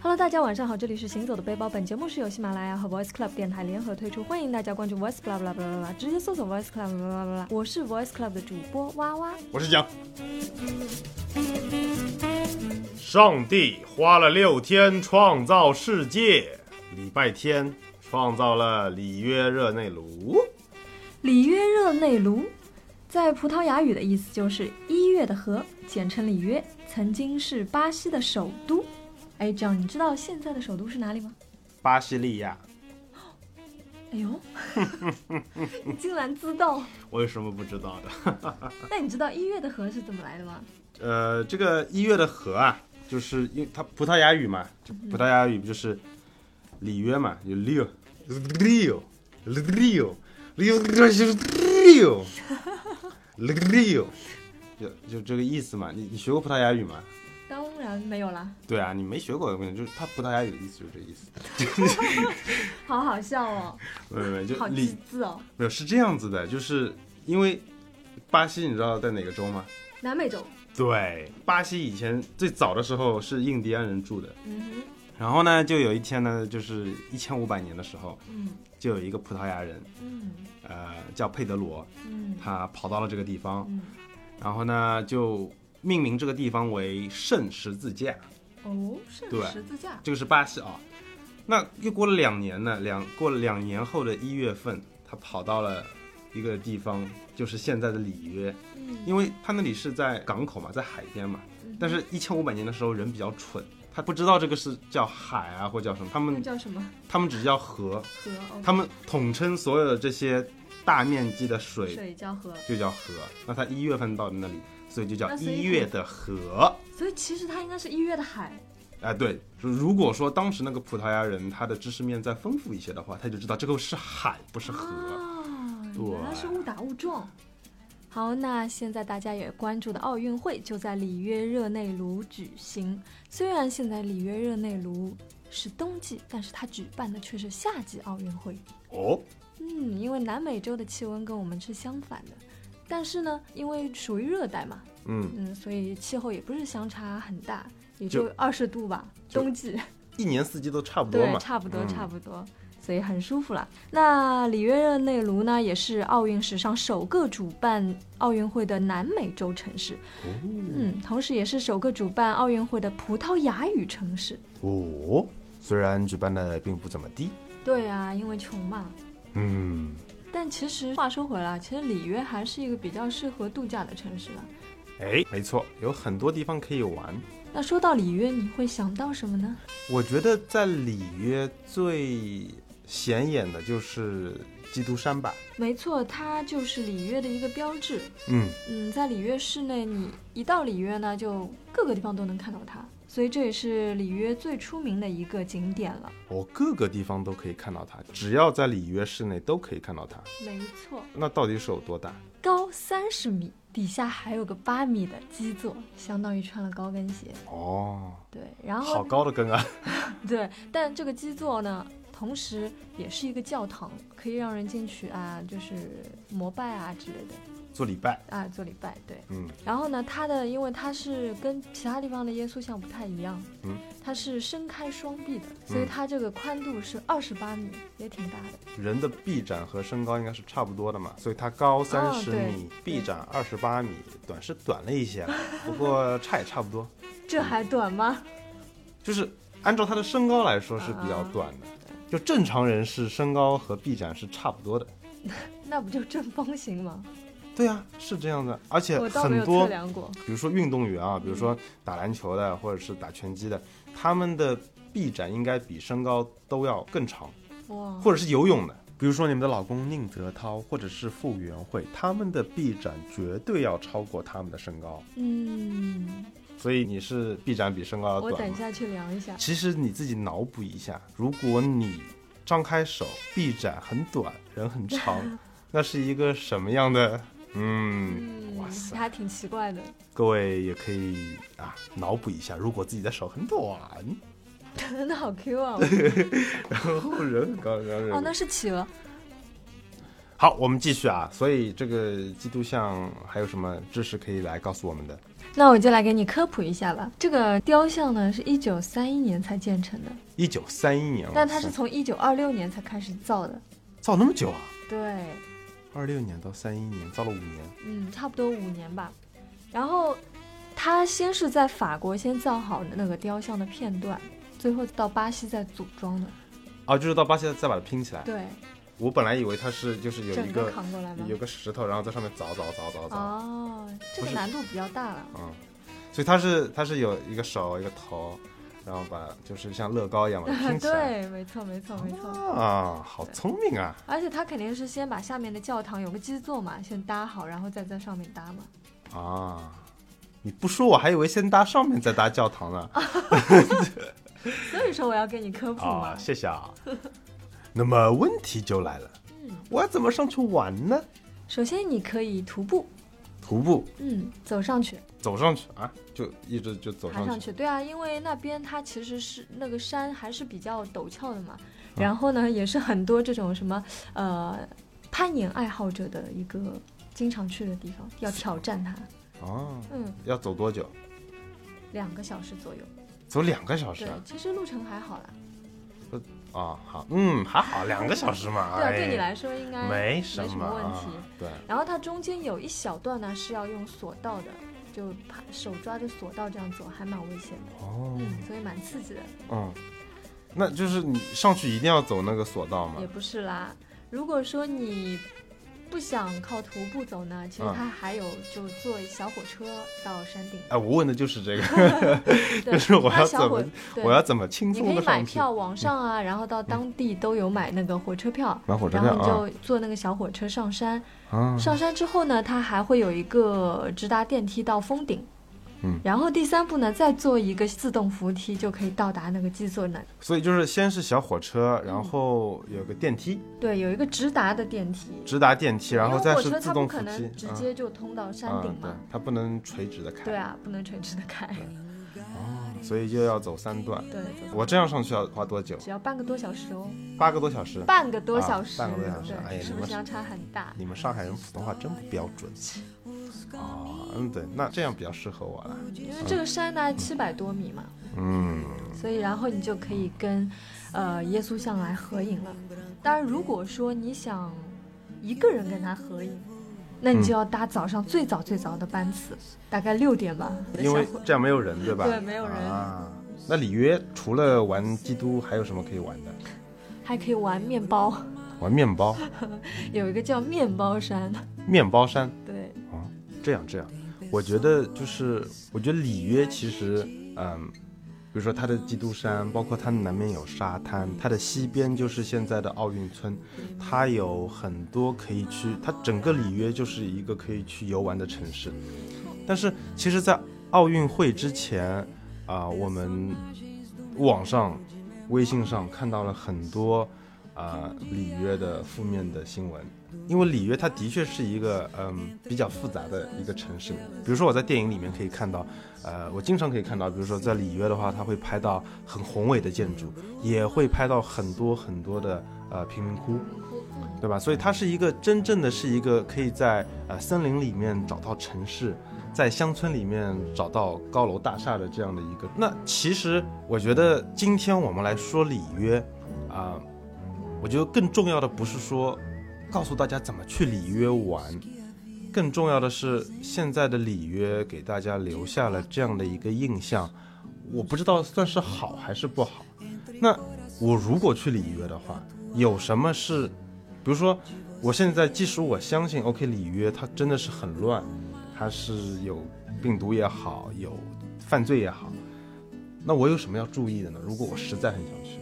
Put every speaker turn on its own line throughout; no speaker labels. Hello，大家晚上好，这里是行走的背包。本节目是由喜马拉雅和 Voice Club 电台联合推出，欢迎大家关注 Voice Club blah blah blah blah，直接搜索 Voice Club blah blah blah blah。我是 Voice Club 的主播哇哇。
我是蒋。上帝花了六天创造世界，礼拜天创造了里约热内卢。
里约热内卢，在葡萄牙语的意思就是一月的河，简称里约，曾经是巴西的首都。哎，这样你知道现在的首都是哪里吗？
巴西利亚，
哎呦， 你竟然知道！
我有什么不知道的？
那你知道一月的河是怎么来的吗？
呃，这个一月的河啊，就是因为它葡萄牙语嘛，就葡萄牙语不就是里约嘛，有 Rio，Rio，Rio，Rio，Rio，Rio，就就这个意思嘛。你你学过葡萄牙语吗？
当然没有啦，
对啊，你没学过，我跟你就是它葡萄牙语的意思就是这意思。
好好笑哦，
没有没有，就
好机
里
智哦。
没有是这样子的，就是因为巴西，你知道在哪个州吗？
南美洲，
对，巴西以前最早的时候是印第安人住的，
嗯
然后呢，就有一天呢，就是一千五百年的时候，
哼，嗯
就有一个葡萄牙人，
嗯
呃，叫佩德罗，
嗯
他跑到了这个地方，
嗯，
然后呢，就命名这个地方为圣十字架，
哦，是
对
十字架，
这个是巴西啊。那又过了两年呢，两过了两年后的一月份，他跑到了一个地方，就是现在的里约，
嗯
因为他那里是在港口嘛，在海边嘛。但是，一千五百年的时候，人比较蠢，他不知道这个是叫海啊，或叫什么，他
那
们
叫什么
他们只叫河，
河？哦，
他们统称所有的这些大面积的水
水叫河，
就叫河。那他一月份到那里，所以就叫
那所以
一月的河。
所以其实它应该是一月的海。
哎，对，如如果说当时那个葡萄牙人他的知识面再丰富一些的话，他就知道这个是海，不是河。
啊，
对
原来是误打误撞。好，那现在大家也关注的奥运会就在里约热内卢举行。虽然现在里约热内卢是冬季，但是它举办的却是夏季奥运会。
哦，
嗯，因为南美洲的气温跟我们是相反的，但是呢，因为属于热带嘛，
嗯，
嗯，所以气候也不是相差很大，也
就
就二十度吧，
就
冬季。
一年四季都差不多
对，
嘛。
差不多，
嗯
差不多，所以很舒服了。那里约热内卢呢，也是奥运史上首个主办奥运会的南美洲城市，嗯，同时也是首个主办奥运会的葡萄牙语城市。
哦，虽然举办的并不怎么地，
对啊，因为穷嘛。
嗯，
但其实话说回来，其实里约还是一个比较适合度假的城市了。
哎，没错，有很多地方可以玩。
那说到里约，你会想到什么呢？
我觉得在里约最显眼的就是基督山吧。
没错，它就是里约的一个标志。
嗯，
嗯，在里约市内，你一到里约呢，就各个地方都能看到它，所以这也是里约最出名的一个景点了。
我各个地方都可以看到它，只要在里约市内都可以看到它。
没错，
那到底是有多大？
高三十米，底下还有个八米的基座，相当于穿了高跟鞋。
哦，
对，然
好
后
高的根啊！
对，但这个基座呢，同时也是一个教堂，可以让人进去啊，就是膜拜啊之类的
做礼拜，
啊，做礼拜。对，
嗯，
然后呢，它的因为它是跟其他地方的耶稣像不太一样，
嗯，
它是伸开双臂的，所以
嗯
它这个宽度是二十八米，也挺大的。
人的臂展和身高应该是差不多的嘛，所以它高三十
哦对
米，臂展二十八米，短是短了一些了，不过差也差不多，
这还短吗？
就是按照它的身高来说是比
嗯
较短的，就正常人是身高和臂展是差不多的。
那不就正方形吗？
对啊，是这样的，而且
我倒没
很
有测
多，
量嗯过。
比如说运动员啊，比如说打篮球的或者是打拳击的，他们的臂展应该比身高都要更长，
哇，
或者是游泳的，比如说你们的老公宁泽涛或者是傅园慧，他们的臂展绝对要超过他们的身高，
嗯，
所以你是臂展比身高要
我
短
等一
吗。
下去量一下。
其实你自己脑补一下，如果你张开手，臂展很短，人 很长，那是一个什么样的？嗯，
嗯
哇，塞
还挺奇 怪的。
各位也可以啊脑补一下，如果自己的手很短，
那好 Q 啊！哦
然后人很高，然后人
哦，那是企鹅。
好，我们继续啊。所以这个基督像还有什么知识可以来告诉我们的？
那我就来给你科普一下吧。这个雕像呢，是一九三一年才建成的，
一九三一年，
但它是从一九二六年才开始造的。
造那么久啊？
对，
二六年到三一年，造了五年。
嗯，差不多五年吧。然后，他先是在法国先造好那个雕像的片段，最后到巴西再组装的。
啊，就是到巴西再把它拼起来。
对，
我本来以为它是就是哎有一
整个
个
扛过来吗？
有个石头，然后在上面凿凿凿凿凿，
哦，这
不
个
是
难度比较大了。
嗯，所以它是它是有一个手一个头，然后把就是像乐高一样把它拼起 来。
对，没错，没错，没错。
啊，好聪明啊！
而且他肯定是先把下面的教堂有个基座嘛，先搭好，然后再在上面搭嘛。
啊，你不说我还以为先搭上面再搭教堂 呢。
啊所以说我要给你科普嘛。
啊，谢谢啊。 那么问题就来了，
嗯
我怎么上去玩呢？
首先你可以徒步，
徒步
嗯，走上去，
走上去啊，就一直就走
爬上
上
去。对啊，因为那边它其实是那个山还是比较陡峭的嘛，然后呢也是很多这种什么呃攀岩爱好者的一个经常去的地方，要挑战它。
哦，
嗯，
要走多久？
两个小时左右。
走两个小时
对
啊？，
其实路程还好啦。
啊好，嗯，还好，两个小时嘛。
对啊，
哎
对你来说应该
没什
没什么问
啊
题
对，
然后它中间有一小段呢是要用索道的，就爬手抓着索道这样走，还蛮危险的。
哦，
嗯，所以蛮刺激的，
嗯，那就是你上去一定要走那个索道嘛
也。不是啦。如果说你不想靠徒步走呢，其实
嗯
它还有就坐小火车到山顶。
哎，我问的就是这个，
对，
就是我
它
要
小
怎
火
么，
对
我要怎么轻
你可
松
以
的
买
上去？
票，网上啊，然后到当地都有买那个火车票，
买嗯火车
然
票
后你
啊
就坐那个小火车上山，
啊！
上山之后呢，它还会有一个直达电梯到峰顶，
嗯，
然后第三步呢，再做一个自动扶梯，就可以到达那个基座那里。
所以就是先是小火
嗯
车，然后有个电梯，
对，有一个直达的电梯，
直达电梯，然后再是
因为火车
自
它不
动扶
可
梯
能，直
嗯
接就通到山顶
嗯，对
嘛，，
它不能垂直的开，哦
对啊，不能垂直的 开，
所以就要走三段。
对，走
我这样上去要花多久？
只要半个多小时哦，
八个多小时。
半个多
啊
小时，
半个多小时哎
对，
呀
是
你
不
们
是相差很大？
你们上海人普通话真不标准哦，嗯，对，那这样比较适合我了。
因为这个山呢七百多米嘛，
嗯，
所以然后你就可以跟呃耶稣像来合影了。当然，如果说你想一个人跟他合影，那
嗯
你就要搭早上最早最早的班次，大概六点吧。
因为这样没有人，对吧？
对没有人
啊。那里约除了玩基督，还有什么可以玩的？
还可以玩面包，
玩面包，
有一个叫面包山，
面包山。
对，
哦，这样这样，我觉得就是，我觉得里约其实，嗯，比如说它的基督山，包括它南面有沙滩，它的西边就是现在的奥运村，它有很多可以去，它整个里约就是一个可以去游玩的城市。但是其实，在奥运会之前，啊、我们网上、微信上看到了很多。啊、里约的负面的新闻，因为里约它的确是一个嗯比较复杂的一个城市，比如说我在电影里面可以看到，呃，我经常可以看到，比如说在里约的话，它会拍到很宏伟的建筑，也会拍到很多很多的呃贫民窟，对吧？所以它是一个真正的是一个可以在呃森林里面找到城市，在乡村里面找到高楼大厦的这样的一个。那其实我觉得今天我们来说里约，啊、我觉得更重要的不是说告诉大家怎么去里约玩，更重要的是现在的里约给大家留下了这样的一个印象，我不知道算是好还是不好。那我如果去里约的话，有什么是，比如说我现在即使我相信 OK 里约它真的是很乱，它是有病毒也好，有犯罪也好，那我有什么要注意的呢？如果我实在很想去，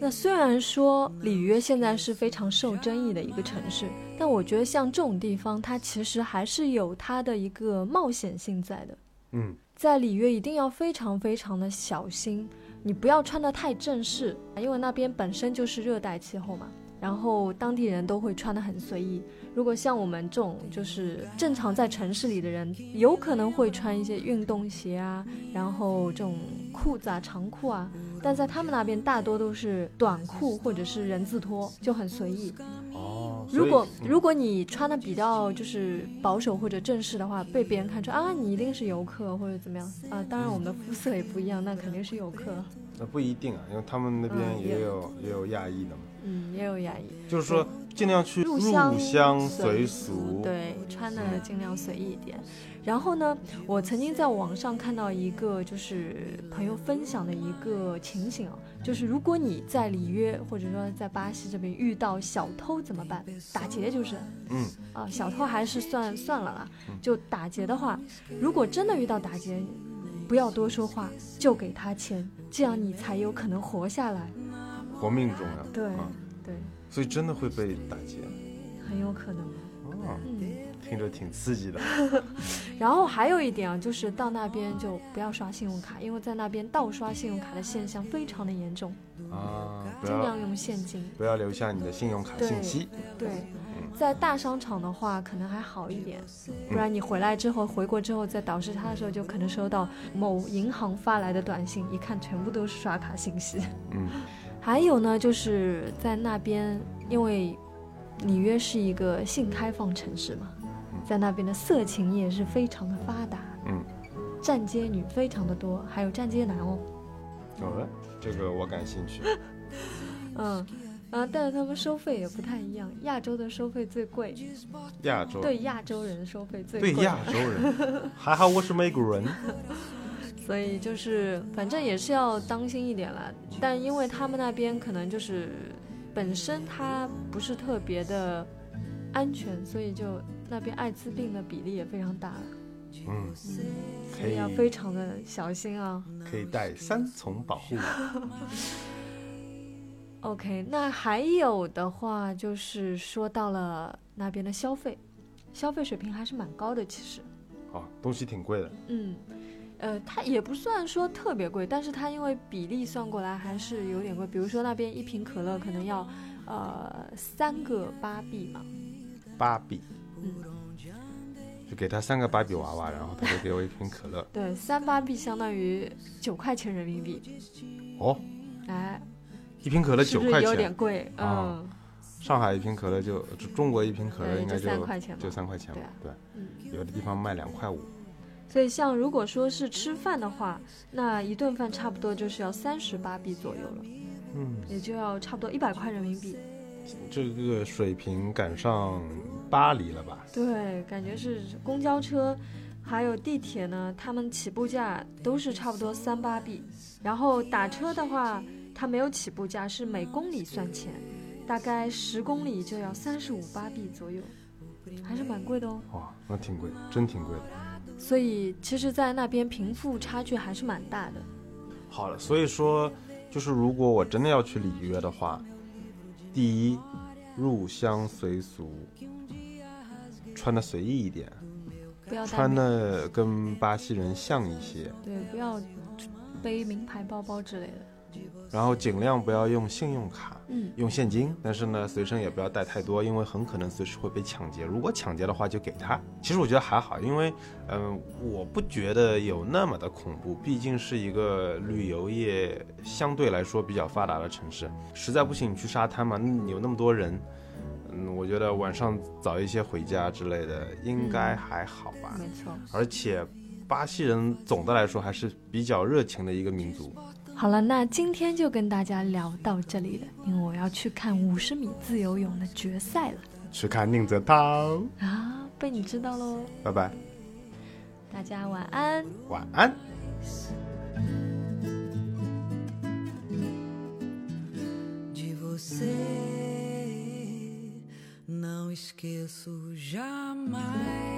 那虽然说里约现在是非常受争议的一个城市，但我觉得像这种地方，它其实还是有它的一个冒险性在的。
嗯，
在里约一定要非常非常的小心，你不要穿的太正式，因为那边本身就是热带气候嘛。然后当地人都会穿的很随意。如果像我们这种就是正常在城市里的人，有可能会穿一些运动鞋啊，然后这种裤子啊、长裤啊，但在他们那边大多都是短裤或者是人字拖，就很随意。
哦，哦所以
如果、
嗯
如果你穿的比较就是保守或者正式的话，被别人看出啊，你一定是游客或者怎么样啊。
嗯
当然我们的肤色也不一样，那肯定是游客。
那不一定啊，因为他们那边
嗯
也
也
有也有亚裔的嘛，
嗯，也有亚裔。
就是说尽量去入
入乡
乡
随
随俗，
对，穿的尽量随意一点。然后呢，我曾经在网上看到一个就是朋友分享的一个情形啊，就是如果你在里约或者说在巴西这边遇到小偷怎么办？打劫就是
嗯，
啊，小偷还是算算了啦。就打劫的话，如果真的遇到打劫，不要多说话，就给他钱，这样你才有可能活下来。
活命重要，
对
啊，
对，
所以真的会被打劫，
很有可能。
哦，
嗯。
听着挺刺激的，
然后还有一点啊，就是到那边就不要刷信用卡，因为在那边盗刷信用卡的现象非常的严重，
啊，不
尽量
要
用现金。
不要留下你的信用卡
对
信息，
对，
嗯
在大商场的话可能还好一点，不然你回来之后，回国之后在导师他的时候，就可能收到某银行发来的短信，一看全部都是刷卡信息。
嗯，
还有呢，就是在那边，因为里约是一个性开放城市嘛，在那边的色情业是非常的发达，
嗯，
站街女非常的多，还有站街男哦，
好了，这个我感兴趣，
嗯。啊，但是他们收费也不太一样，亚洲的收费最贵，
亚洲
对亚洲人收费最贵。
对亚洲人，还好我是美国 人，
所以就是，反正也是要当心一点啦。但因为他们那边可能就是本身它不是特别的安全，所以就那边艾滋病的比例也非常大，
嗯，
所
可
以
以
要非常的小心啊。
可以带三重保护伞。
OK，那还有的话就是说到了那边的消费，消费水平还是蛮高的，其实。
哦，东西挺贵的，
嗯，呃，它也不算说特别贵，但是它因为比例算过来还是有点贵。比如说那边一瓶可乐可能要呃三个巴币嘛，
芭比，
嗯，
就给他三个芭比娃娃，然后他就给我一瓶可乐。
对，三巴币相当于九块钱人民币，
哦，
哎，
一瓶可乐
是
九
不
块
是有
钱
点，贵？
啊
嗯，
上海一瓶可乐就就中国一瓶可乐
对
应该
就三块钱嘛
就三块钱嘛
对啊，
对，
嗯。
有的地方卖两块五。
所以，像如果说是吃饭的话，那一顿饭差不多就是要三十巴币左右了，
嗯，
也就要差不多一百块人民币。
这个水平赶上巴黎了吧？
对，感觉是公交车，还有地铁呢，他们起步价都是差不多三八币。然后打车的话，它没有起步价，是每公里算钱，大概十公里就要三十五八币左右，还是蛮贵的哦。
哇，那挺贵，真挺贵的。
所以其实，在那边贫富差距还是蛮大的。
好了，所以说，就是如果我真的要去里约的话，第一，入乡随俗，穿的随意一点，
不要带
穿
名
的跟巴西人像一些，
对，不要背名牌包包之类的。
然后尽量不要用信用卡，
嗯，
用现金，但是呢，随身也不要带太多，因为很可能随时会被抢劫。如果抢劫的话，就给他。其实我觉得还好，因为，嗯、我不觉得有那么的恐怖，毕竟是一个旅游业相对来说比较发达的城市。实在不行，你去沙滩嘛，那有那么多人，嗯，我觉得晚上早一些回家之类的，应该还好吧。
没错。
而且，巴西人总的来说还是比较热情的一个民族。
好了，那今天就跟大家聊到这里了，因为我要去看五十米自由泳的决赛了
去看宁泽涛，
啊！被你知道喽，
拜拜，
大家晚安。
晚安。
de você. Não esqueço jamais.